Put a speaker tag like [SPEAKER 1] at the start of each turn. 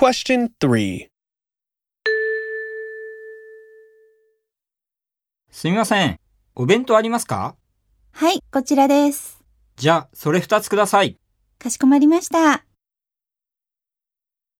[SPEAKER 1] Question 3.
[SPEAKER 2] すみません。お弁当ありますか
[SPEAKER 3] はい、こちらです。
[SPEAKER 2] じゃあ、それ二つください。
[SPEAKER 3] かしこまりました。